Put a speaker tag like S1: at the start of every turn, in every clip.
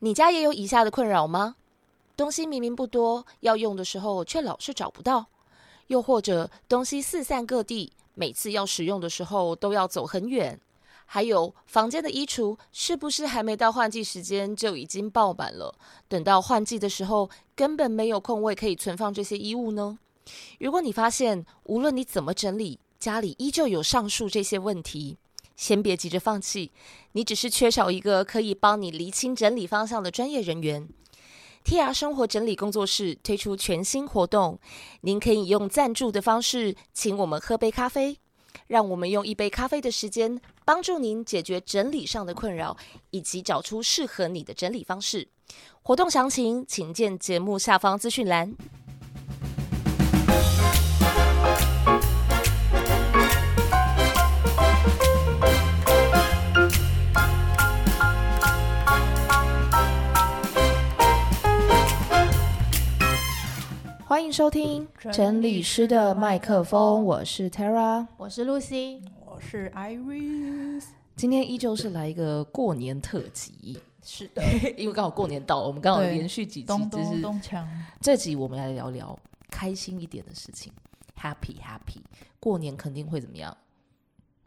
S1: 你家也有以下的困扰吗？东西明明不多，要用的时候却老是找不到；又或者东西四散各地，每次要使用的时候都要走很远。还有房间的衣橱是不是还没到换季时间就已经爆满了？等到换季的时候，根本没有空位可以存放这些衣物呢？如果你发现无论你怎么整理，家里依旧有上述这些问题，先别急着放弃，你只是缺少一个可以帮你厘清整理方向的专业人员。TR 生活整理工作室推出全新活动，您可以用赞助的方式请我们喝杯咖啡，让我们用一杯咖啡的时间帮助您解决整理上的困扰，以及找出适合你的整理方式。活动详情请见节目下方资讯栏。欢迎收听《整理师的麦克风》，我是 Tara。
S2: 我是露西，
S3: 我是 Iris，
S1: 今天依旧是来一个过年特辑，
S3: 是的，
S1: 因为刚好过年到了，我们刚好
S3: 对
S1: 连续几集
S3: 咚
S1: 就
S3: 咚
S1: 是
S3: 咚锵，
S1: 这集我们来聊聊开心一点的事情，happy happy。过年肯定会怎么样？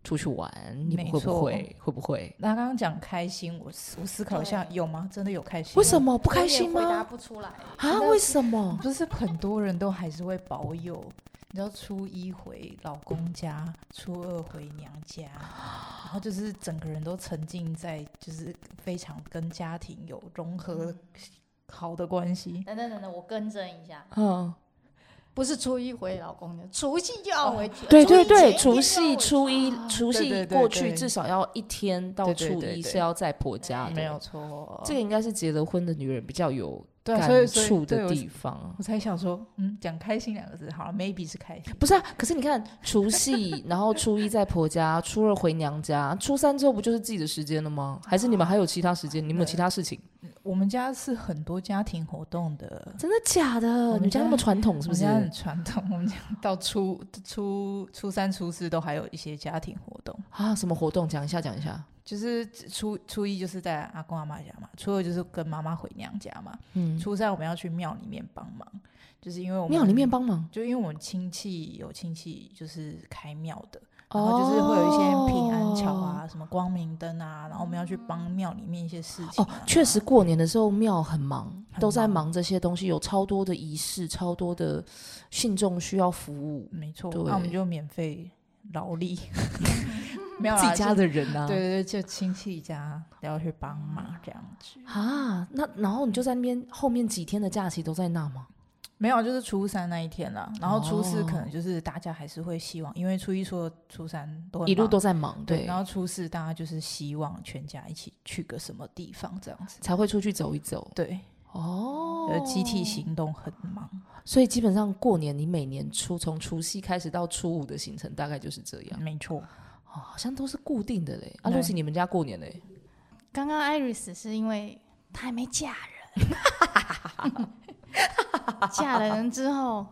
S1: 出去玩，你们会
S3: 没
S1: 不
S3: 错
S1: 会？会不会？
S3: 那刚刚讲开心，我思我思考一下，有吗？真的有开心吗？
S1: 为什
S4: 啊
S1: 么不
S2: 不
S1: 开心
S2: 回答
S1: 吗？
S2: 不出来，
S1: 啊，为什么？
S3: 不是很多人都还是会保有？你知道初一回老公家，初二回娘家，然后就是整个人都沉浸在就是非常跟家庭有融合好的关系。
S2: 等等等等，我更正一下，
S1: 嗯，
S2: 不是初一回老公的，除夕就要回去。
S1: 对对对，
S2: 除
S1: 除
S2: 夕前
S1: 夕、
S2: 一天就要
S1: 初
S2: 回
S1: 一
S2: 去、啊
S1: 除
S3: 啊对
S1: 夕
S3: 对对
S1: 过
S3: 对
S1: 去至少要一天到
S3: 对对
S1: 初
S3: 对
S1: 一
S3: 对
S1: 是要在婆家的。
S3: 没有，错，
S1: 这个应该是结了婚的女人比较有
S3: 对啊，所以
S1: 感
S3: 所以
S1: 触
S3: 对
S1: 的
S3: 我
S1: 地方。啊
S3: 我才想说，嗯，讲开心两个字，好了，maybe 是开心，
S1: 不是啊，可是你看，除夕，然后初一在婆家，初二回娘家，初三之后不就是自己的时间了吗？还是你们还有其他时间？你们有其他事情？
S3: 我们家是很多家庭活动的，
S1: 真的假的？
S3: 们
S1: 你们家那么传统是
S3: 我
S1: 不
S3: 们
S1: 是
S3: 家？很传统，我们家到初初初三、初四都还有一些家庭活动，
S1: 啊，什么活动？讲一下，讲一下。
S3: 就是初初一就是在阿公阿妈家嘛，初二就是跟妈妈回娘家嘛，
S1: 嗯，
S3: 初三我们要去庙里面帮忙，就是因为我们
S1: 庙里面，帮忙，
S3: 就因为我们亲戚有亲戚就是开庙的，然
S1: 哦，
S3: 后就是会有一些平安桥。啊、什么光明灯啊，然后我们要去帮庙里面一些事情、
S1: 哦，
S3: 啊
S1: 确实，，过年的时候庙很忙，
S3: 很
S1: 都在
S3: 忙
S1: 忙这些东西，有超多的仪式，超多的信众需要服务，
S3: 没错，
S1: 对
S3: 那我们就免费 劳力，没有啦
S1: 自己家的人啊。
S3: 对对对，就亲戚家要去帮忙这样子。
S1: 啊，那然后你就在那边后面几天的假期都在那吗？
S3: 没有，啊就是初三那一天啦，然后初四
S1: 哦
S3: 可能就是大家还是会希望，因为初一、初二、初三都很
S1: 一路
S3: 忙
S1: 都在忙，对，
S3: 然后初四大家就是希望全家一起去个什么地方这样子。
S1: 才会出去走一走。
S3: 对，
S1: 哦，
S3: 呃，集体。行动很忙，
S1: 所以基本上过年，你每年初从除夕开始到初五的行程大概就是这样，
S3: 没错。
S1: 哦，好像都是固定的嘞。啊，
S3: 对
S1: 露西，你们家过年嘞？
S2: 刚刚 Iris 是因为她还没嫁 人，嫁了人之后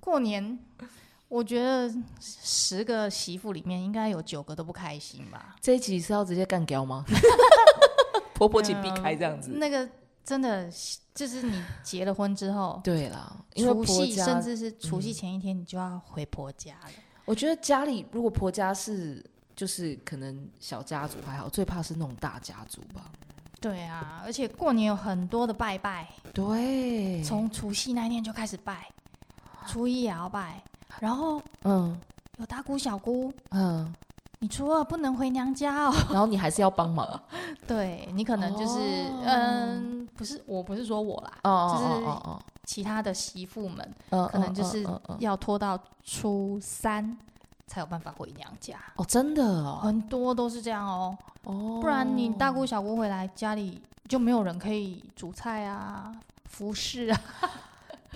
S2: 过年，我觉得十个媳妇里面应该有九个都不开心吧。
S1: 这一集是要直接干掉 吗？婆婆请避开这样子。
S2: 嗯那个真的就是你结了婚之后，
S1: 对啦，因为
S2: 除
S1: 婆
S2: 夕甚
S1: 家，
S2: 至是除夕前一天你就要回婆家了。
S1: 我觉得家里如果婆家是就是可能小家族还好，最怕是那种大家族吧。
S2: 对啊，而且过年有很多的拜拜，
S1: 对，
S2: 从除夕那一天就开始拜，初一也要拜，然后
S1: 嗯
S2: 有大姑小姑，
S1: 嗯，
S2: 你初二不能回娘家哦。
S1: 然后你还是要帮忙
S2: 对你 可能就是、
S1: 哦
S2: 嗯，不是，我不是说我啦，
S1: 哦
S2: 就是
S1: 哦哦哦
S2: 其他的媳妇们
S1: 哦，
S2: 可能就是
S1: 嗯嗯嗯嗯
S2: 要拖到初三才有办法回娘家，
S1: 哦，真的哦，
S2: 很多都是这样哦，
S1: 哦，
S2: 嗯不然你大姑小姑回来家里就没有人可以煮菜啊、服侍啊，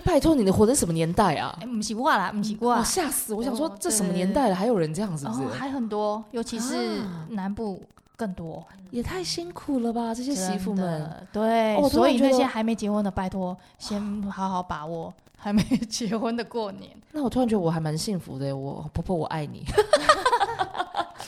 S1: 拜托你，你活在什么年代啊
S2: 哎、？不是我啦，不是我
S1: 哇，
S2: 啦。
S1: 吓死我！我想说
S2: 哦
S1: 这什么
S2: 对
S1: 年代了，还有人这样是不是
S2: 哦，？还很多，尤其是
S1: 啊
S2: 南部更多。
S1: 也太辛苦了吧，这些媳妇
S2: 真
S1: 们。
S2: 的对，
S1: 哦我突然
S2: 所以
S1: 觉
S2: 那
S1: 得
S2: 些还没结婚的，拜托先好好把握还没结婚的过年。
S1: 那我突然觉得我还蛮幸福的，我婆婆我爱你。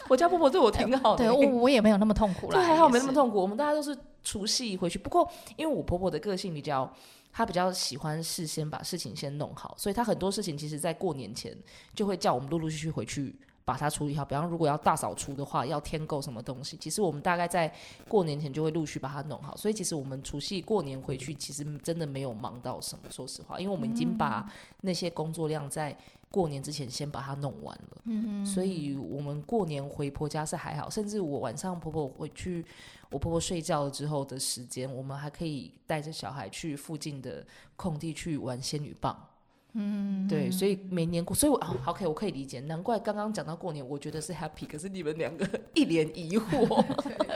S4: 我家婆哦婆对我挺好的、
S2: 对我我也没有那么痛苦啦，
S4: 对，还好没那么
S2: 也是。
S4: 痛苦。我们大家都是除夕回去，不过因为我婆婆的个性比较，她比较喜欢事先把事情先弄好，所以她很多事情其实在过年前就会叫我们陆陆续续回去把它处理好。比方如果要大扫除的话，要添购什么东西，其实我们大概在过年前就会陆续把它弄好。所以其实我们除夕过年回去，其实真的没有忙到什么，说实话，因为我们已
S2: 嗯
S4: 经把那些工作量在过年之前先把它弄完了。
S2: 嗯
S4: 所以我们过年回婆家是还好，甚至我晚上婆婆回去，我婆婆睡觉了之后的时间，我们还可以带着小孩去附近的空地去玩仙女棒。嗯，对，所以每年过，所以我啊、o k 我可以理解，难怪刚刚讲到过年，我觉得是 happy，可是你们两个一脸疑惑。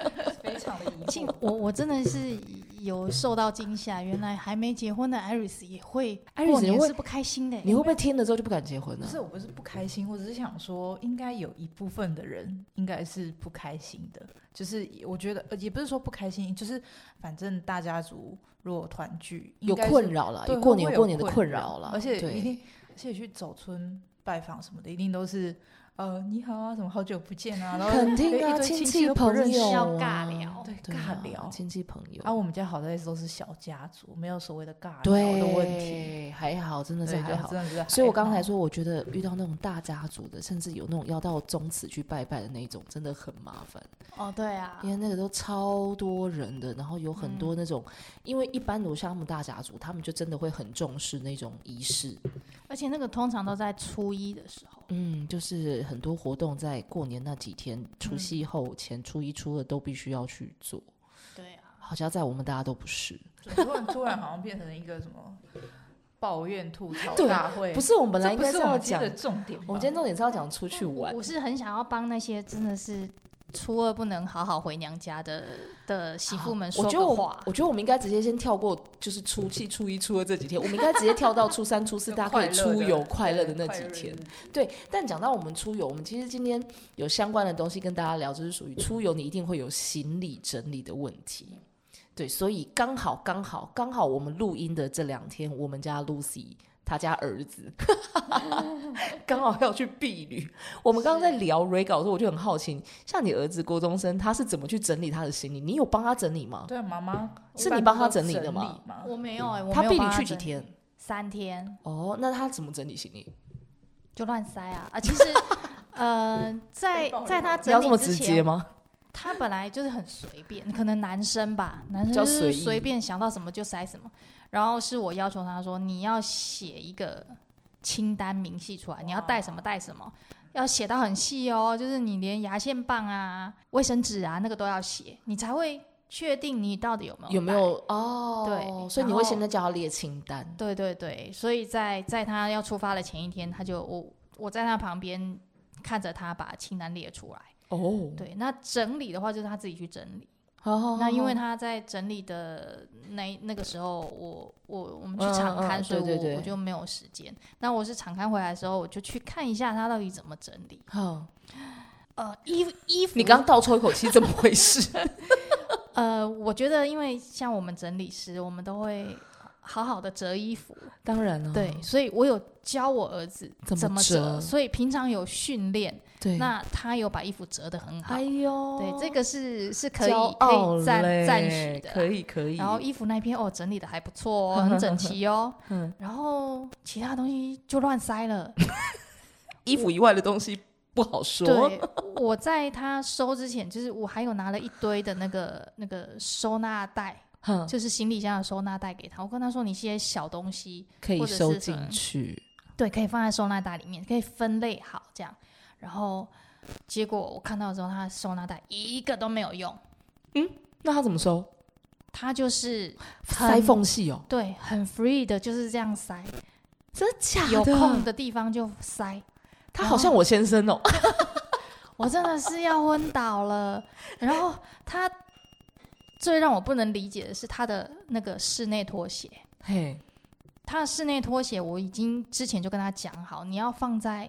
S3: 非常 的
S2: 其实我我真的是有受到惊吓，原来还没结婚的 Iris 也会
S4: Iris
S2: 过
S4: 也
S2: 年
S4: 会
S2: 是不开心的欸。
S4: 你会不会听了之后就不敢结婚
S3: 不
S4: 了、
S3: 是，我不是不开心，我只是想说，应该有一部分的人应该是不开心的。就是我觉得，呃也不是说不开心，就是反正大家族如果团聚，应
S1: 有
S3: 该是
S1: 困扰了，
S3: 对
S1: 有过
S3: 会
S1: 年
S3: 有
S1: 过年的
S3: 困
S1: 困扰了，
S3: 而且一
S1: 对，
S3: 定，而且去走村拜访什么的，一定都是呃你好啊，什么好久不见啊，然后
S1: 肯定
S3: 对
S1: 啊，
S3: 一堆
S1: 亲
S3: 亲
S1: 戚
S3: 都不
S1: 朋
S3: 认识
S1: 友
S2: 要
S1: 啊
S2: 尬聊
S3: 对
S1: 对
S3: 尬
S1: 啊
S3: 聊。
S1: 亲戚朋友
S3: 啊，我们家好在都是小家族，没有所谓的尬
S1: 对
S3: 聊的问题，，
S1: 还好，真的
S3: 对
S1: 是还
S3: 就
S1: 好。
S3: 真的是还好。
S1: 所以我刚才说，我觉得遇到那种大家族的，甚至有那种要到宗祠去拜拜的那一种，真的很麻烦，
S2: 哦，对啊
S1: 因，为那个都超多人的，然后有很
S3: 嗯
S1: 多那种，因为一般如像他们大家族，他们就真的会很重视那种仪式，
S2: 而且那个通常都在初一的时候。
S1: 嗯，就是很多活动在过年那几天，除夕后前、初一、初二都必须要去做，
S2: 对啊，
S1: 好像在我们大家都不是，
S3: 突然突然好像变成一个什么抱怨吐槽
S1: 对
S3: 大啊会，
S1: 不是我们本
S3: 这
S1: 来应
S3: 不
S1: 该
S3: 是我
S1: 要
S3: 们今
S1: 讲
S3: 天的，重点吧。
S1: 我们今天重点是要讲出去玩
S2: 我，是很想要帮那些真的是初二不能好好回娘家的的媳妇们说
S4: 我觉得
S2: 个
S4: 我
S2: 话，。
S4: 我觉得我们应该直接先跳过，就是初七、初一、初二这几天，我们应该直接跳到初三、初四，大家可以出游嗯快乐的那几天。对，但讲到我们出游，我们其实今天有相关的东西跟大家聊，就是属于出游，你一定会有行李整理的问题。对，所以刚好刚好刚好我们录音的这两天，我们家 Lucy 她家儿子 刚好要去避旅。我们刚刚在聊 Ray 稿的时候，我就很好奇，像你儿子郭中生，他是怎么去整理他的行李？你有帮他整理吗？
S3: 对啊妈妈
S1: 是
S3: 一般
S1: 你帮
S3: 都
S4: 他
S3: 是
S4: 整理的
S3: 理
S4: 吗
S3: 吗
S2: 我没有哎、我
S1: 他
S2: 没有
S1: 避
S2: 帮
S1: 旅
S2: 她
S1: 去几
S2: 整理？
S1: 天？
S2: 三天。
S1: 哦，那他怎么整理行李？
S2: 就乱塞啊啊！其实，呃，在在他
S1: 你要
S2: 整
S1: 这么
S2: 理
S1: 直
S2: 之
S1: 接
S2: 前，
S1: 吗？
S2: 他本来就是很随便，可能男生吧，男生
S1: 嗯比较
S2: 就是
S1: 随意
S2: 随便想到什么就塞什么。然后是我要求他说，你要写一个清单明细出来，你要带什么带什么，
S1: 嗯
S2: 要写到很细哦，就是你连牙线棒啊、卫生纸啊那个都要写，你才会确定你到底有没有
S1: 有没
S2: 带
S1: 有？哦，
S2: 对
S1: 所以你
S2: 然
S1: 会
S2: 后
S1: 现在叫他列清单。
S2: 对对对，所以在在他要出发的前一天，他就我我在他旁边看着他把清单列出来。
S1: 哦，
S2: 对，那整理的话就是他自己去整理。
S1: 好好好
S2: 那因为他在整理的那那个时候，我我我们去场
S1: 嗯嗯
S2: 刊，
S1: 嗯
S2: 所以我
S1: 对对对
S2: 我就没有时间。那我是场刊回来的时候，我就去看一下他到底怎么整理。
S1: 好，
S2: 呃，衣服衣服，
S1: 你刚倒抽一口气，怎么回 事？
S2: 呃，我觉得因为像我们整理师，我们都会好好的折衣服。
S1: 当然了，
S2: 对，所以我有教我儿子
S1: 怎么
S2: 嗯怎么
S1: 折
S2: 折，所以平常有训练，
S1: 对，
S2: 那他有把衣服折得很好。
S1: 哎呦，
S2: 对，这个是是可以
S1: 骄
S2: 可
S1: 傲
S2: 以赞
S1: 嘞。
S2: 赞许的啦，
S4: 可以可以。
S2: 然后衣服那边哦整理的还不错哦，很整齐哦
S1: 嗯
S2: 然后其他东西就乱 塞了。
S4: 衣服以外的东西不好说。
S2: 对，我在他收之前，就是我还有拿了一堆的那个那个收纳袋，
S1: 哼，
S2: 就是行李箱的收纳袋给他。我跟他说，你这些小东西
S1: 可以
S2: 或者
S1: 收
S2: 是什
S1: 进
S2: 么
S1: 去。
S2: 对，可以放在收纳袋里面，可以分类好这样。然后结果我看到之后，他的收纳袋一个都没有用，
S1: 那他怎么收？
S2: 他就是很
S1: 塞缝隙哦，
S2: 对很 free 的，就是这样塞，
S1: 真的假
S2: 有空的地方就塞。
S1: 他好像我先生哦。
S2: 我真的是要昏倒了。然后他最让我不能理解的是他的那个室内拖鞋，
S1: 嘿，
S2: 他的室内拖鞋我已经之前就跟他讲好，你要放在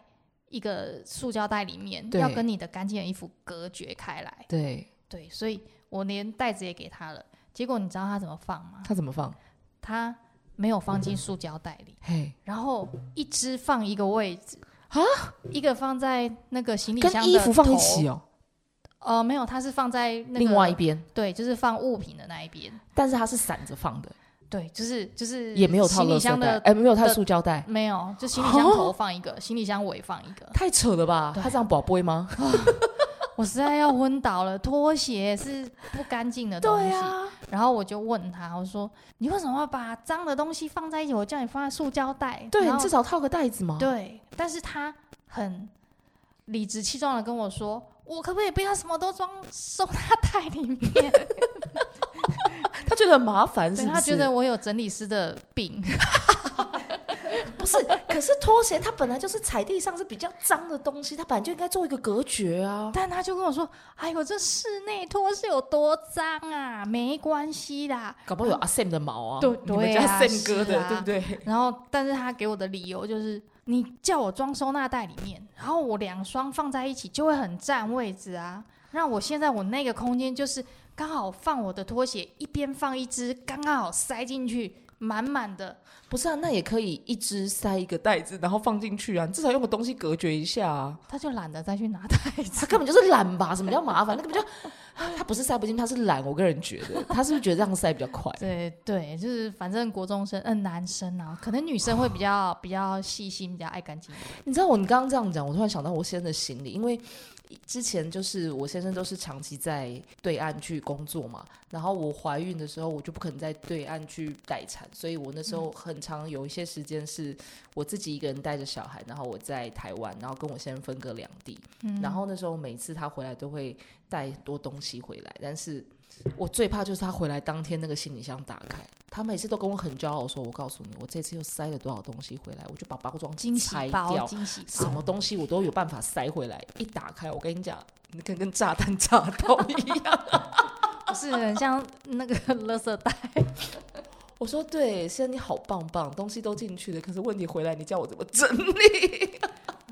S2: 一个塑胶袋里面，
S1: 对
S2: 要跟你的干净的衣服隔绝开来。
S1: 对
S2: 对，所以我连袋子也给他了。结果你知道他怎么放吗？
S1: 他怎么放？
S2: 他没有放进塑胶袋里，
S1: 嘿，
S2: 然后一只放一个位置
S1: 啊，
S2: 一个放在那个行李
S1: 跟
S2: 箱的
S1: 衣服放一
S2: 头
S1: 起哦。
S2: 呃，没有，它是放在那个
S4: 另外一边，
S2: 对，就是放物品的那一边。
S4: 但是它是散着放的，
S2: 对，就是就是
S4: 也没有套
S2: 行
S4: 垃
S2: 李
S4: 圾
S2: 箱
S4: 袋，
S2: 的
S4: 哎、没有套
S2: 的嗯
S4: 塑胶袋，
S2: 没有，就行李箱头放一个，行李箱尾放一个。
S4: 太扯了吧？
S2: 对
S4: 他这样宝贝吗？
S2: 我实在要昏倒了，拖鞋是不干净的东西。
S4: 啊，
S2: 然后我就问他，我说：“你为什么要把脏的东西放在一起？我叫你放在塑胶袋。”
S4: 对，
S2: 然
S4: 你
S2: 后
S4: 至少套个袋子嘛。，
S2: 对，但是他很理直气壮的跟我说：“我可不可以不要什么都装收纳袋里面？”
S4: 他觉得很麻烦，是
S2: 对
S4: 不是？
S2: 他觉得我有整理师的病，
S4: 不是，可是拖鞋它本来就是踩地上是比较脏的东西，它本来就应该做一个隔绝啊。
S2: 但他就跟我说：“哎呦，这室内拖是有多脏啊？没关系啦。
S4: 搞不好有阿 Sam 的毛啊，
S2: 对
S4: 你们
S2: 对
S4: 家
S2: 啊
S4: Sam 哥的，
S2: 是啊
S4: 对 不对？”
S2: 然后，但是他给我的理由就是：“你叫我装收纳袋里面，然后我两双放在一起就会很占位置啊。那我现在我那个空间就是刚好放我的拖鞋，一边放一只，刚刚好塞进去，满满的。”
S4: 不是啊，那也可以一只塞一个袋子，然后放进去啊，你至少用个东西隔绝一下啊。
S2: 他就懒得再去拿袋
S4: 他
S2: 子。
S4: 根本就是懒吧？什么叫麻烦？那根 本就他不是塞不进，他是懒。我个人觉得，他是不是觉得这样塞比较快？
S2: 对对，就是反正国中生，嗯、男生啊，可能女生会比较比较细心，比较爱干净。
S4: 你知道我你刚刚这样讲，我突然想到我先生的行李，因为之前就是我先生都是长期在对岸去工作嘛，然后我怀孕的时候我就不可能在对岸去待产，所以我那时
S2: 嗯
S4: 候很长有一些时间是我自己一个人带着小孩，然后我在台湾，然后跟我先生分隔两地，
S2: 嗯
S4: 然后那时候每次他回来都会带很多东西回来，但是我最怕就是他回来当天那个行李箱打开，他每次都跟我很骄傲地说：“我告诉你，我这次又塞了多少东西回来，我就把包装
S2: 惊
S4: 拆
S2: 喜包，
S4: 掉，
S2: 惊喜
S4: 什
S2: 包，
S4: 么东西我都有办法塞回来。一打开，我跟你讲，你跟跟炸弹炸到一样。
S2: 不是很像那个 垃圾袋。
S4: 我说对，现在你好棒棒，东西都进去了，可是问题回来你叫我怎么整理？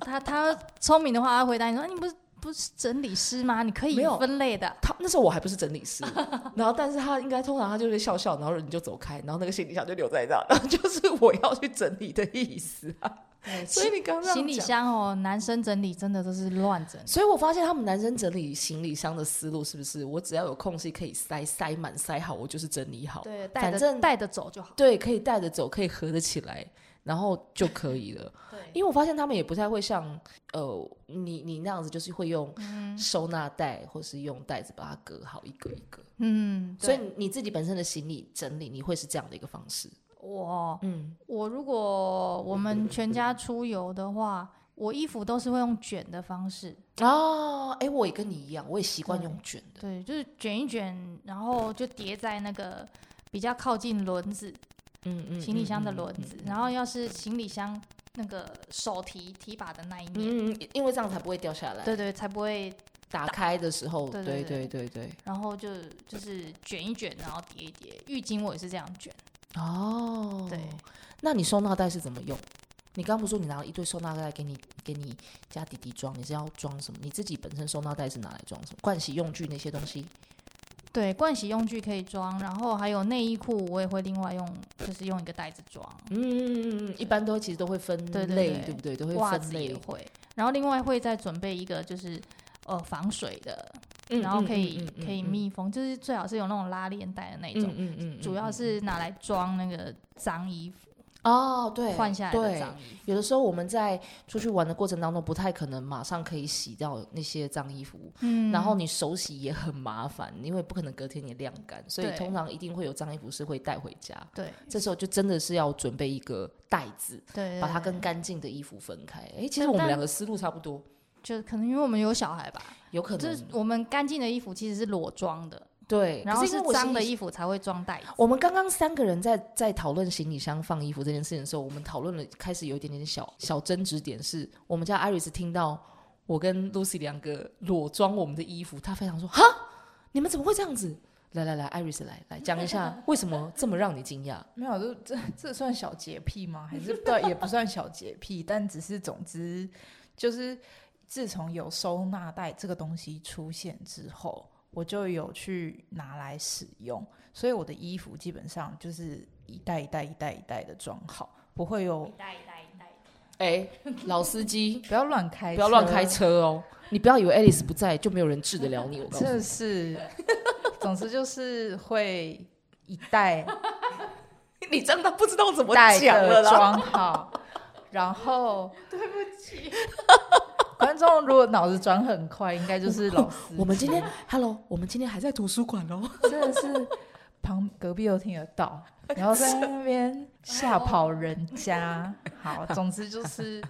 S2: 他他聪明的话，他会回答你说：“啊你不是不是整理师吗？你可以
S4: 没有
S2: 分类的。
S4: 他那时候我还不是整理师，然后但是他应该通常他就会笑笑，然后人就走开，然后那个行李箱就留在那， 然后就是我要去整理的意思啊。
S2: 对
S4: 所以你刚刚
S2: 行李，箱哦，男生整理真的都是乱整理。
S4: 所以我发现他们男生整理行李箱的思路是不是？我只要有空隙可以塞塞满塞好，我就是整理好。
S2: 对，
S4: 反
S2: 带着
S4: 正
S2: 带着走就好。
S4: 对，可以带着走，可以合得起来，然后就可以了。
S2: 对，
S4: 因为我发现他们也不太会像呃你你那样子，就是会用
S2: 嗯
S4: 收纳袋或是用袋子把它隔好一个一个。
S2: 嗯，
S4: 所
S2: 所
S4: 以
S2: 以
S4: 你自己本身的行李整理，你会是这样的一个方式。
S2: 我
S4: 嗯，
S2: 我如果我们全家出游的话，我衣服都是会用卷的方式，
S4: 哦，哎、我也跟你一样，我也习惯
S2: 对
S4: 用卷的。
S2: 对，就是卷一卷，然后就叠在那个比较靠近轮子
S4: 嗯嗯
S2: 行李箱的
S4: 嗯
S2: 轮
S4: 嗯
S2: 子，
S4: 嗯
S2: 然后要是行李箱那个手提提把的那一面，
S4: 嗯，嗯因为这样才不会掉下来。
S2: 对对，才不会，
S4: 打开的时候，
S2: 对
S4: 对
S2: 对
S4: 对对对。
S2: 然后就就是卷一卷，然后叠一叠。浴巾我也是这样卷，
S4: 哦，
S2: 对，
S4: 那你收纳袋是怎么用？你刚不是说你拿了一堆收纳袋给你给你家弟弟装，你是要装什么？你自己本身收纳袋是拿来装什么？盥洗用具那些东西？
S2: 对，盥洗用具可以装，然后还有内衣裤我也会另外用，就是用一个袋子装，
S4: 嗯，一般都其实都会分类，
S2: 对对对
S4: 不对？都会
S2: 袜
S4: 分
S2: 子也
S4: 类，
S2: 会，然后另外会再准备一个就是呃防水的，
S4: 嗯
S2: 然后可以、可以密封，就是最好是有那种拉链带的那一种，
S4: 嗯嗯
S2: 主要是拿来装那个脏衣服，
S4: 哦，对，
S2: 换下来的
S4: 对。
S2: 脏衣服。
S4: 有的时候我们在出去玩的过程当中，不太可能马上可以洗掉那些脏衣服，
S2: 嗯
S4: 然后你手洗也很麻烦，因为不可能隔天你晾干，所以
S2: 对
S4: 通常一定会有脏衣服是会带回家。
S2: 对
S4: 这时候就真的是要准备一个袋子，
S2: 对，
S4: 把它
S2: 对
S4: 跟
S2: 对
S4: 干净的衣服分开。诶，其实
S2: 但
S4: 我们
S2: 但
S4: 两个思路差不多，
S2: 就可能因为我们有小孩吧，
S4: 有可
S2: 就是
S4: 能
S2: 我们干净的衣服其实是裸装的，
S4: 对，
S2: 然后
S4: 可是
S2: 是
S4: 因为我
S2: 脏
S4: 行
S2: 的
S4: 李
S2: 衣服才会装袋子。
S4: 我们刚刚三个人在在讨论行李箱放衣服这件事情的时候，我们讨论了，开始有一点点小小争执点是，我们家 Iris 听到我跟 Lucy 两个裸装我们的衣服，她非常说：“哈，你们怎么会这样子？”来来来，Iris 来来讲一 下为什么这么让你惊讶？
S3: 没有，这这这算小洁癖吗？还是对，也不算小洁癖，但只是总之就是，自从有收纳袋这个东西出现之后，我就有去拿来使用，所以我的衣服基本上就是一袋一袋一袋一袋的装好，不会有
S2: 袋一袋一袋，
S4: 哎，老司机，
S3: 不要乱开，
S4: 不要乱开，车哦！你不要以为 Alice 不在就没有人治得了你，我告诉
S3: 真
S4: 你。
S3: 的是。总之就是会一袋
S4: 你真的不知道怎么
S3: 袋
S4: 讲了
S3: 的
S4: 啦。
S3: 装好，然后对不起，观众如果脑子转很快，应该就是老司机。
S4: 我们今天，Hello，我们今天还在图书馆哦。
S3: 真的是旁隔壁都听得到，然后在那边
S4: 哦
S3: 吓跑人家。好，总之就是，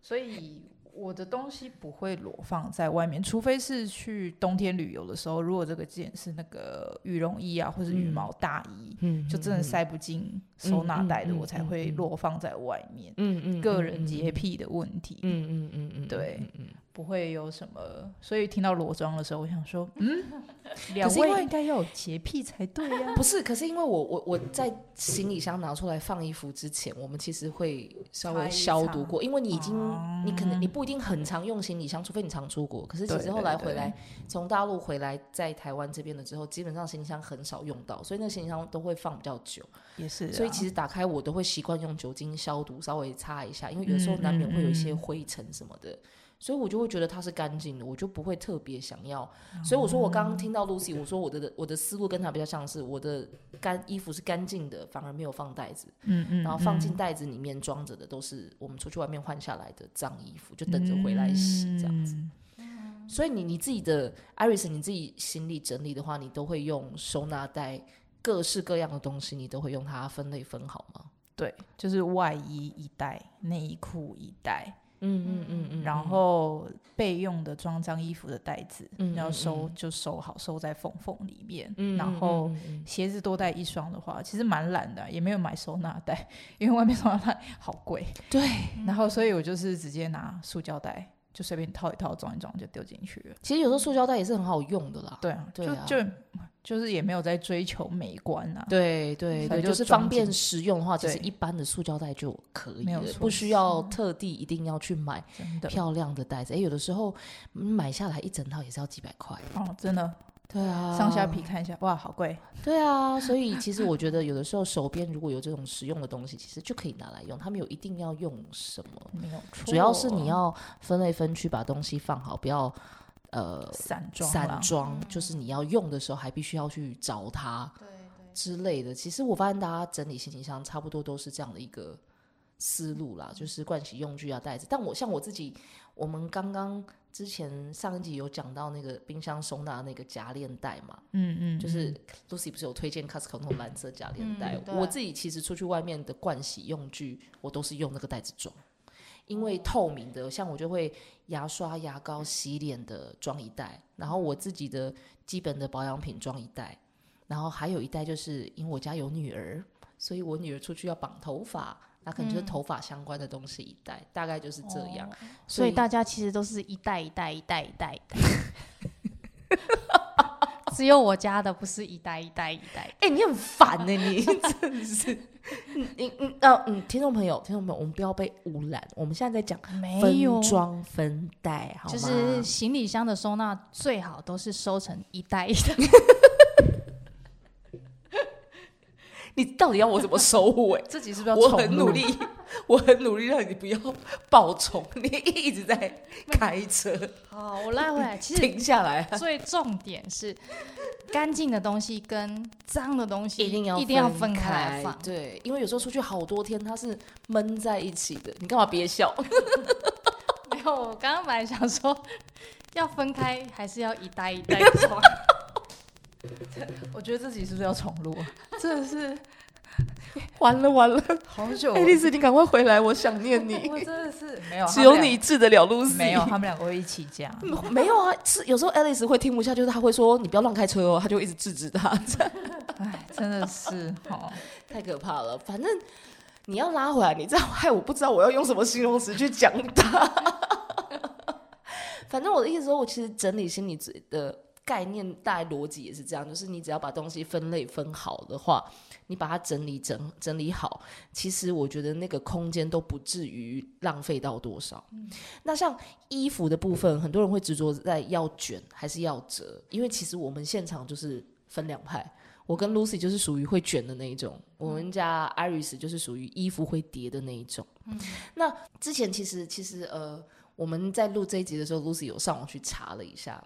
S3: 所以我的东西不会裸放在外面，除非是去冬天旅游的时候，如果这个件是那个羽绒衣啊，或是羽
S4: 嗯
S3: 毛大衣，
S4: 嗯
S3: 就真的，塞不进收纳袋的，
S4: 嗯嗯嗯
S3: 我才会裸放在外面。
S4: 嗯嗯
S3: 个人洁，癖的问题，
S4: 嗯嗯嗯嗯，
S3: 不会有什么，所以听到裸妆的时候，我想说，嗯，
S4: 可
S3: 两
S4: 是因为
S3: 位应该要有洁癖才对呀、
S4: 不是，可是因为我我我在行李箱拿出来放衣服之前，我们其实会稍
S3: 擦
S4: 微
S3: 一
S4: 消
S3: 擦
S4: 毒过，因为你已经、
S3: 哦
S4: 你可能你不一定很常用行李箱，除非你常出国。可是其
S3: 对
S4: 实后
S3: 对
S4: 来
S3: 对
S4: 回来从大陆回来，在台湾这边了之后，基本上行李箱很少用到，所以那行李箱都会放比较久。
S3: 也是啊，
S4: 所以其实打开我都会习惯用酒精消毒，稍微擦一下，因为有时候
S3: 嗯
S4: 难免会有一些
S3: 嗯嗯
S4: 灰尘什么的，所以我就会觉得它是干净的，我就不会特别想要。
S3: 哦
S4: 所以我说我刚刚听到 Lucy，我说我的我的思路跟她比较像是，我的干衣服是干净的，反而没有放袋子，
S3: 嗯嗯，
S4: 然后放进
S3: 嗯
S4: 袋子里面装着的都是我们出去外面换下来的脏衣服，就等着回来洗这样子。
S3: 嗯
S4: 所以你你自己的 Iris，你自己行李整理的话，你都会用收纳袋。各式各样的东西，你都会用它分类分好吗？
S3: 对，就是外衣一袋，内衣裤一袋，
S4: 嗯嗯嗯嗯，
S3: 然后备用的装脏衣服的袋子，
S4: 嗯
S3: 然后
S4: 嗯
S3: 收
S4: 嗯
S3: 就收好，收在缝缝里面，
S4: 嗯，
S3: 然后。
S4: 嗯嗯嗯
S3: 鞋子多带一双的话，其实蛮懒的，也没有买收纳袋， 因为外面收纳袋好贵。
S4: 对，
S3: 然后，所以我就是直接拿塑胶袋，就随便套一套，装一装就丢进去了。
S4: 其实有时候塑胶袋也是很好用的啦。
S3: 对啊，
S4: 对啊
S3: 就就就是也没有在追求美观啊，
S4: 对对
S3: 反正
S4: 对，就
S3: 就是装
S4: 方便
S3: 进
S4: 实用的话，其实
S3: 对
S4: 一般的塑胶袋就可以
S3: 没有
S4: 了，
S3: 错
S4: 不需要特地一定要去买
S3: 真的。
S4: 漂亮的袋子。哎，有的时候嗯买下来一整套也是要几百块。
S3: 哦，真的，
S4: 对啊，
S3: 上下皮。看一下，哇，好贵。
S4: 对啊，所以其实我觉得有的时候手边如果有这种实用的东西，其实就可以拿来用，他们有一定要用什 么。
S3: 没有错，
S4: 主要是你要分类分区，把东西放好，不要呃
S3: 散装啊啦，
S4: 散装，就是你要用的时候还必须要去找它
S2: 对对，
S4: 之类的。其实我发现大家整理行李箱差不多都是这样的一个思路啦，就是盥洗用具啊、袋子。但我像我自己，我们刚刚之前上一集有讲到那个冰箱收纳那个夹链袋嘛，
S3: 嗯嗯，
S4: 就是 Lucy 不是有推荐 Costco 那种蓝色夹链袋
S2: 嗯？对
S4: 我自己其实出去外面的盥洗用具，我都是用那个袋子装。因为透明的，像我就会牙刷、牙膏、洗脸的装一袋，然后我自己的基本的保养品装一袋，然后还有一袋就是因为我家有女儿，所以我女儿出去要绑头发，那可能就是
S2: 嗯
S4: 头发相关的东西一袋，大概就是这样。
S2: 哦
S4: 所
S2: 所
S4: 以
S2: 以大家其实都是一代一代一代一代一代， 只有我家的不是一代一代一代一代。
S4: 哎、你很烦呢、你 真的是，嗯嗯嗯呃嗯，听众朋友，听众朋友，我们不要被污染，我们现在在讲
S2: 没有
S4: 分，装分袋，好吗？
S2: 就是行李箱的收纳最好都是收成一袋一袋。
S4: 你到底要我怎么收尾？
S3: 自己是不是要
S4: 我
S3: 重
S4: 很努
S3: 录
S4: 力， 我很努力让你不要爆冲，你一直在开车，
S2: 好，我拉回来。其实
S4: 停下来。
S2: 最重点是，干净的东西跟脏的东西
S4: 一定要
S2: 一定要
S4: 分
S2: 分开来放。
S4: 对，因为有时候出去好多天，它是闷在一起的。 你干嘛憋笑？
S2: 没有，哎我刚刚本来想说要分开，还是要一袋一 袋装。
S3: 我觉得自己是不是要重录啊？真的是
S4: 完了完 了，
S3: 好久，
S4: 爱丽丝，你赶快回来， 我想念你。
S3: 我真的是没有，
S4: 只有
S3: 他们
S4: 你治得了露
S3: 俩
S4: 丝，
S3: 没有，他们两个会一起讲。
S4: 嗯没有啊，是有时候 Alice 会听不下，就是她会说你不要乱开车哦，她就一直制止她，
S3: 哎，真的是哦，
S4: 太可怕了。反正你要拉回来，你这样害我不知道我要用什么形容词去讲它。 反正我的意思说，我其实整理心理的概念大概逻辑也是这样，就是你只要把东西分类分好的话，你把它整理整整理好，其实我觉得那个空间都不至于浪费到多少。那像衣服的部分，很多人会执着在要卷还是要折，因为其实我们现场就是分两派。我跟 Lucy 就是属于会卷的那一种，我们家 Iris 就是属于衣服会叠的那一种。
S2: 嗯
S4: 那之前其实其实呃，我们在录这一集的时候，Lucy 有上网去查了一下，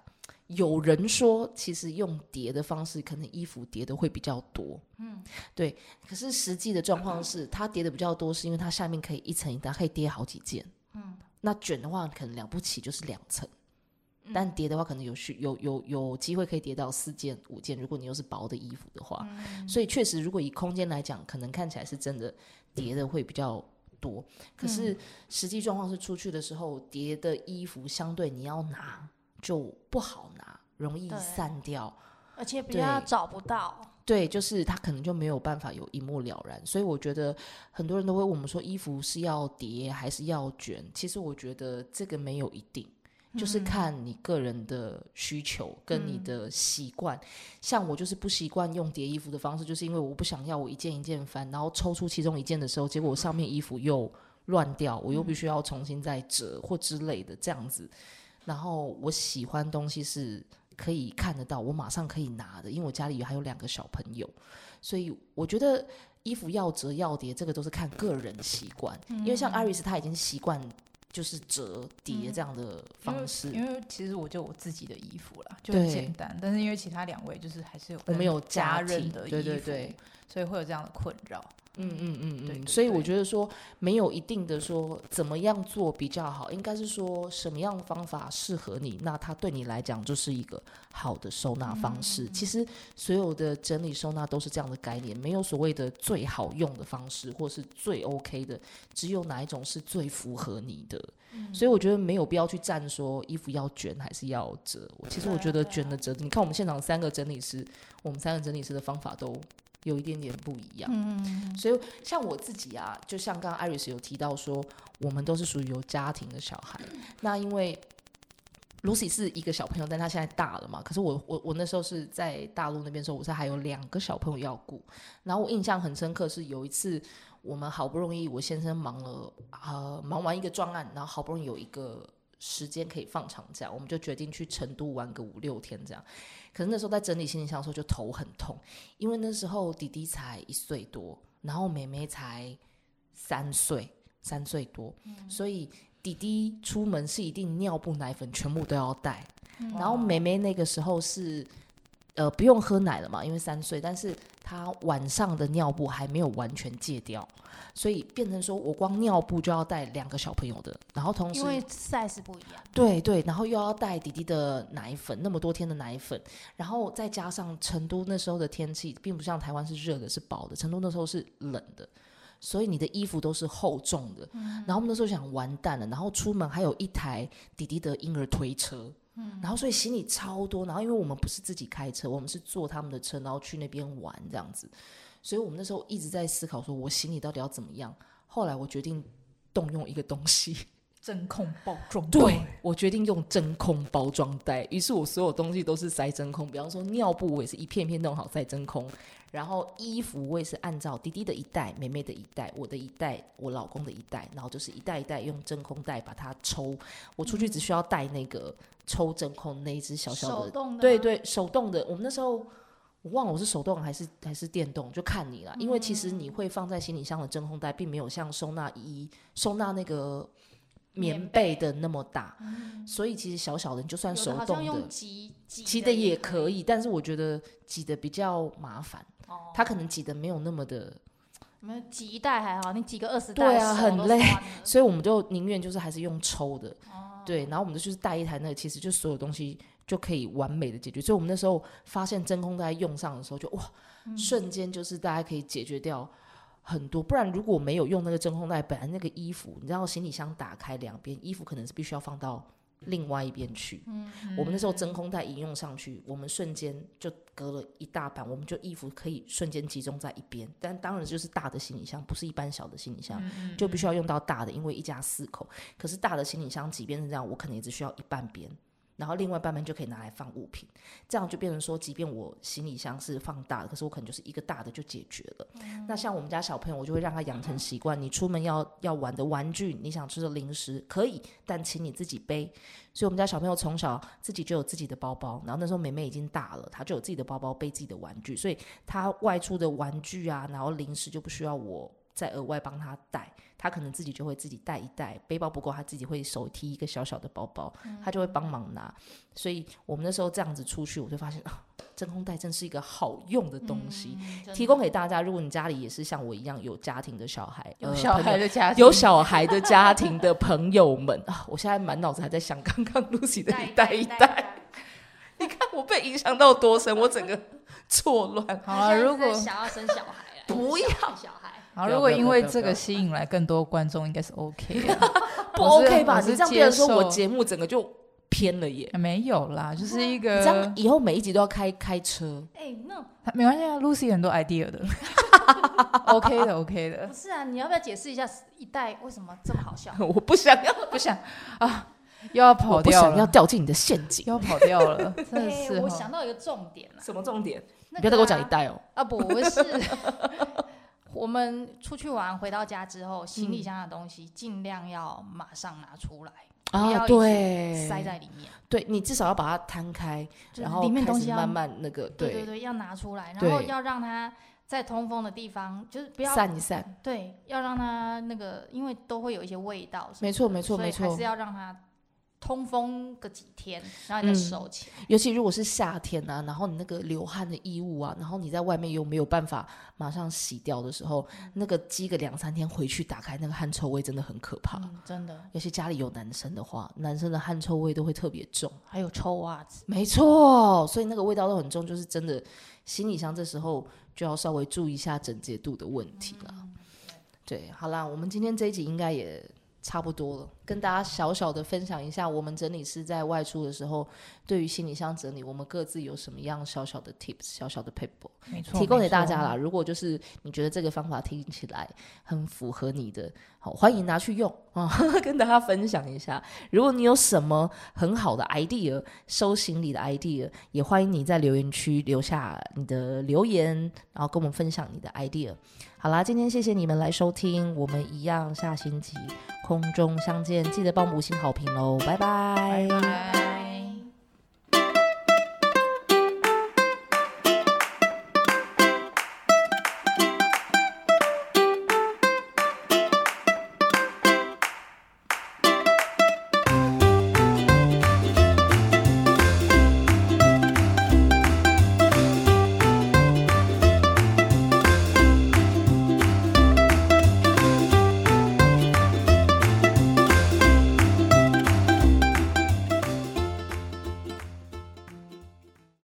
S4: 有人说其实用叠的方式，可能衣服叠的会比较多。
S2: 嗯，
S4: 对。可是实际的状况是，它叠的比较多，是因为它下面可以一层一层，它可以叠好几件。
S2: 嗯，
S4: 那卷的话，可能了不起就是两层。但叠的话，可能有需有有有机会可以叠到四件五件，如果你又是薄的衣服的话，
S2: 嗯
S4: 所以确实，如果以空间来讲，可能看起来是真的叠的会比较多。可是实际状况是出去的时候，叠的衣服相对你要拿就不好拿，容易
S2: 对
S4: 散掉。
S2: 而且比较
S4: 对
S2: 找不到，
S4: 对，就是他可能就没有办法有一目了然，所以我觉得很多人都会问我们说，衣服是要叠还是要卷？其实我觉得这个没有一定，就是看你个人的需求跟你的习惯。像我就是不习惯用叠衣服的方式，就是因为我不想要我一件一件翻，然后抽出其中一件的时候，结果我上面衣服又乱掉，我又必须要重新再折或之类的这样子。然后我喜欢东西是可以看得到，我马上可以拿的，因为我家里还有两个小朋友，所以我觉得衣服要折要叠，这个都是看个人习惯。
S3: 嗯
S4: 因为像 Iris 她已经习惯就是折叠这样的方式。
S3: 嗯因为其实我就我自己的衣服啦，就
S4: 对
S3: 很简单。但是因为其他两位就是还是有
S4: 我们
S3: 跟
S4: 有
S3: 家
S4: 庭
S3: 人的衣服，
S4: 对对对，
S3: 所以会有这样的困扰。
S4: 嗯嗯嗯
S3: 对
S4: 嗯，
S3: 对
S4: 所以我
S3: 对
S4: 觉得说没有一定的说怎么样做比较好，应该是说什么样的方法适合你，那它对你来讲就是一个好的收纳方式。
S2: 嗯
S4: 其实所有的整理收纳都是这样的概念，没有所谓的最好用的方式或是最 OK 的，只有哪一种是最符合你的。
S2: 嗯
S4: 所以我觉得没有必要去站说衣服要卷还是要折。我其实我
S2: 对啊
S4: 觉得
S2: 对啊
S4: 卷的折，你看我们现场三个整理师，我们三个整理师的方法都有一点点不一样。
S2: 嗯，
S4: 所以像我自己啊，就像刚刚艾瑞斯有提到说，我们都是属于有家庭的小孩。那因为 Lucy 是一个小朋友，但她现在大了嘛。可是我我我那时候是在大陆那边的时候，我是还有两个小朋友要顾。然后我印象很深刻是有一次，我们好不容易我先生忙了呃忙完一个专案，然后好不容易有一个。时间可以放长假，我们就决定去成都玩个五六天这样。可是那时候在整理行李箱的时候就头很痛，因为那时候弟弟才一岁多，然后妹妹才三岁，三岁多，
S2: 嗯
S4: 所以弟弟出门是一定尿布、奶粉全部都要带，
S2: 嗯
S4: 然后妹妹那个时候是。呃，不用喝奶了嘛，因为三岁，但是她晚上的尿布还没有完全戒掉，所以变成说我光尿布就要带两个小朋友的，然后同时
S2: 因为 size 不一样，
S4: 对对，然后又要带弟弟的奶粉，那么多天的奶粉，然后再加上成都那时候的天气，并不像台湾是热的，是薄的，成都那时候是冷的，所以你的衣服都是厚重的。然后我们那时候想完蛋了，然后出门还有一台弟弟的婴儿推车，然后所以行李超多，然后因为我们不是自己开车，我们是坐他们的车，然后去那边玩这样子，所以我们那时候一直在思考说我行李到底要怎么样。后来我决定动用一个东西。
S3: 真空包装
S4: 对，我决定用真空包装袋，于是我所有东西都是塞真空，比方说尿布我也是一片片弄好塞真空，然后衣服我也是按照弟弟的一袋、妹妹的一袋、我的一袋、我老公的一袋，然后就是一袋一袋用真空袋把它抽。我出去只需要带那个抽真空那一只小小
S2: 手
S4: 的，
S2: 动的，
S4: 对，对，手动的。我们那时候。我忘了我是手动还是还是电动，就看你啦。因为其实
S2: 嗯
S4: 你会放在行李箱的真空袋，并没有像收纳衣、收纳那个棉
S2: 棉嗯
S4: 被的那么大。所以其实小小的，你就算
S2: 有
S4: 手
S2: 的好像
S4: 动
S2: 用
S4: 的，
S2: 挤挤
S4: 挤的
S2: 的
S4: 也可以，但是我觉得挤的比较麻烦，
S2: 哦，
S4: 它可能挤的没有那么的，
S2: 没有挤一袋还好，你挤个二十袋，
S4: 对啊
S2: 手
S4: 很
S2: 都
S4: 累
S2: 酸了
S4: 所以我们就宁愿就是还是用抽的，对，然后我们就是带一台那个，其实就所有东西就可以完美的解决。所以我们那时候发现真空袋用上的时候就，哇，瞬间就是大家可以解决掉。很多，不然如果没有用那个真空袋，本来那个衣服，你知道行李箱打开两边，衣服可能是必须要放到另外一边去。我们那时候真空袋一用上去，我们瞬间就隔了一大半，我们就衣服可以瞬间集中在一边。但当然就是大的行李箱，不是一般小的行李
S2: 嗯
S4: 箱，就必须要用到大的，因为一家四口。可是大的行李箱即便是这样，我可能也只需要一半边。然后另外半边就可以拿来放物品，这样就变成说，即便我行李箱是放大的，可是我可能就是一个大的就解决了。那像我们家小朋友，我就会让他养成习惯，你出门要要玩的玩具，你想吃的零食可以，但请你自己背。所以我们家小朋友从小自己就有自己的包包，然后那时候妹妹已经大了，她就有自己的包包背自己的玩具，所以她外出的玩具啊，然后零食就不需要我再额外帮她带，她可能自己就会自己带一带，背包不够她自己会手提一个小小的包包，她就会帮忙拿。所以我们那时候这样子出去，我就发现啊，真空袋真是一个好用的东西，
S2: 嗯
S4: 提供给大家。如果你家里也是像我一样有家庭的小孩，
S3: 有
S4: 呃
S3: 小
S4: 朋友
S3: 孩的家庭，
S4: 有小孩的家庭的朋友们啊，我现在满脑子还在想刚刚 Lucy 的一代一 代，，你看我被影响到多深，我整个错乱。
S3: 好了，如果
S2: 想要生小 孩，
S4: 啊不要
S2: 小孩，
S3: 好，
S4: 不要
S3: 如
S4: 不
S3: 果
S4: 要
S3: 因
S4: 不要
S3: 为
S4: 不要
S3: 这
S4: 不
S3: 个
S4: 要
S3: 吸引来更多观众，应该是 OK 的。
S4: 不
S3: 我是
S4: OK 吧？
S3: 我是
S4: 你这样别人说
S3: 接
S4: 我
S3: 受
S4: 节目整个就偏了耶。
S3: 没有啦，就是一
S4: 你这样
S3: 个
S4: 以后每一集都要开开车，
S2: 哎、那
S3: 没关系啊，Lucy 很多 idea 的，OK 的，OK 的
S2: 不。是啊，你要不要解释一下一代为什么这么好笑？
S4: 我不想要，
S3: 不想啊，又要跑
S4: 我哦不
S3: 掉
S4: 想要
S3: 了，
S4: 掉进你的陷阱。
S3: 又要跑掉 了，真的
S2: 哎
S3: 是
S2: 我
S3: 哈
S2: 想到一个重点了、
S4: 什么重点？
S2: 那
S4: 哦你
S2: 个啊，
S4: 不要再给我讲一代哦。
S2: 啊！不，我是 我们出去玩回到家之后，行
S4: 嗯
S2: 李箱的东西尽量要马上拿出来，不要
S4: 啊，
S2: 一直
S4: 对，
S2: 塞在里面，
S4: 对你至少要把它摊开，
S2: 就是
S4: 然后
S2: 里面
S4: 开
S2: 东
S4: 始
S2: 西要
S4: 慢慢那个
S2: 对对对，要拿出来，然
S4: 对
S2: 后要让它在通风的地方，就是不要
S4: 散一散。
S2: 对，要让它那个，因为都会有一些味道什么的，
S4: 没错没错
S2: 所以
S4: 没错
S2: 还是要让它通风个几天，然后你再
S4: 嗯
S2: 收起来。
S4: 尤其如果是夏天啊，然后你那个流汗的衣物啊，然后你在外面又没有办法马上洗掉的时候，那个积个两三天回去打开那个汗臭味真的很可怕。
S2: 嗯，真的，
S4: 尤其家里有男生的话，男生的汗臭味都会特别重。
S2: 还有臭袜子，
S4: 没错，所以那个味道都很重，就是真的行李箱这时候就要稍微注意一下整洁度的问题啦。对，好啦，我们今天这一集应该也差不多了，跟大家小小的分享一下，我们整理师在外出的时候，对于行李箱整理，我们各自有什么样小小的 tips、小小的 paper
S3: 没错，
S4: 提供给
S3: 没
S4: 大
S3: 错
S4: 家啦。。如果就是你觉得这个方法听起来很符合你的，好，欢迎拿去用啊， 跟大家分享一下。如果你有什么很好的 idea，收行李的 idea，也欢迎你在留言区留下你的留言，然后跟我们分享你的 idea。好啦，今天谢谢你们来收听，我们一哦样下星期空中相见，记得帮我们五星好评喽，拜拜
S3: 拜拜。